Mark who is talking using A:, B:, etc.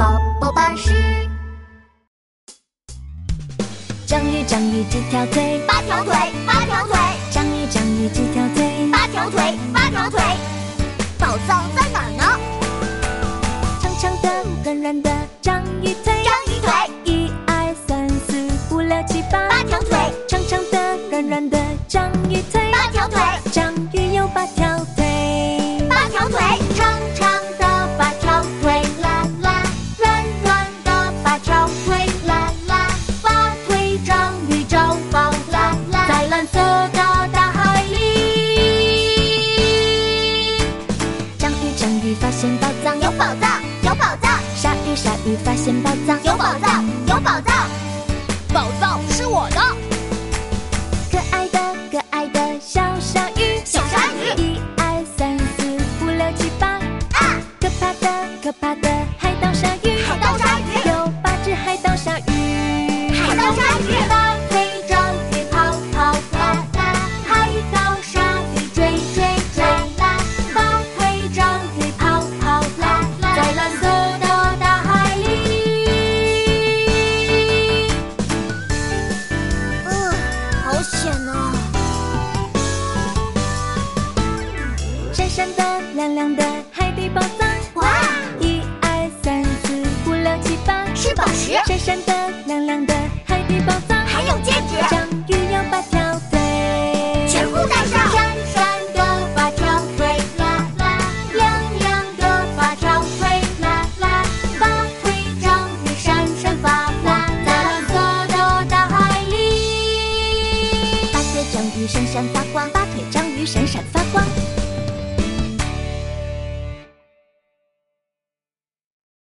A: 老师。
B: 章鱼，章鱼几条腿？
A: 八条腿，八条腿，
B: 章鱼，章鱼几条腿？
A: 八条腿，八条腿。宝藏在哪儿呢？
B: 长长的、软软的章鱼腿。
A: 章鱼腿，
B: 一二三四五六七八。
A: 八条腿，
B: 长长的、软软的章鱼腿。
A: 八条腿，
B: 章鱼有八条腿。
A: 八条腿，长长的八条腿，啦啦，软软的八条腿，啦啦，八腿章鱼找宝，啦啦，在蓝色的大海里。
B: 章鱼，章鱼发现宝藏。
A: 有宝藏，有宝藏，
B: 鲨鱼，鲨鱼发现宝藏。
A: 有宝藏，有宝藏，宝藏是我的。
B: 可爱的、可爱的小鲨鱼。
A: 小鲨鱼
B: 一二三四五六七八。
A: 啊，
B: 可怕的、可怕的海盗鲨鱼。
A: 海盗鲨鱼
B: 有八只海盗鲨鱼。
A: 海盗鲨鱼。嗯啊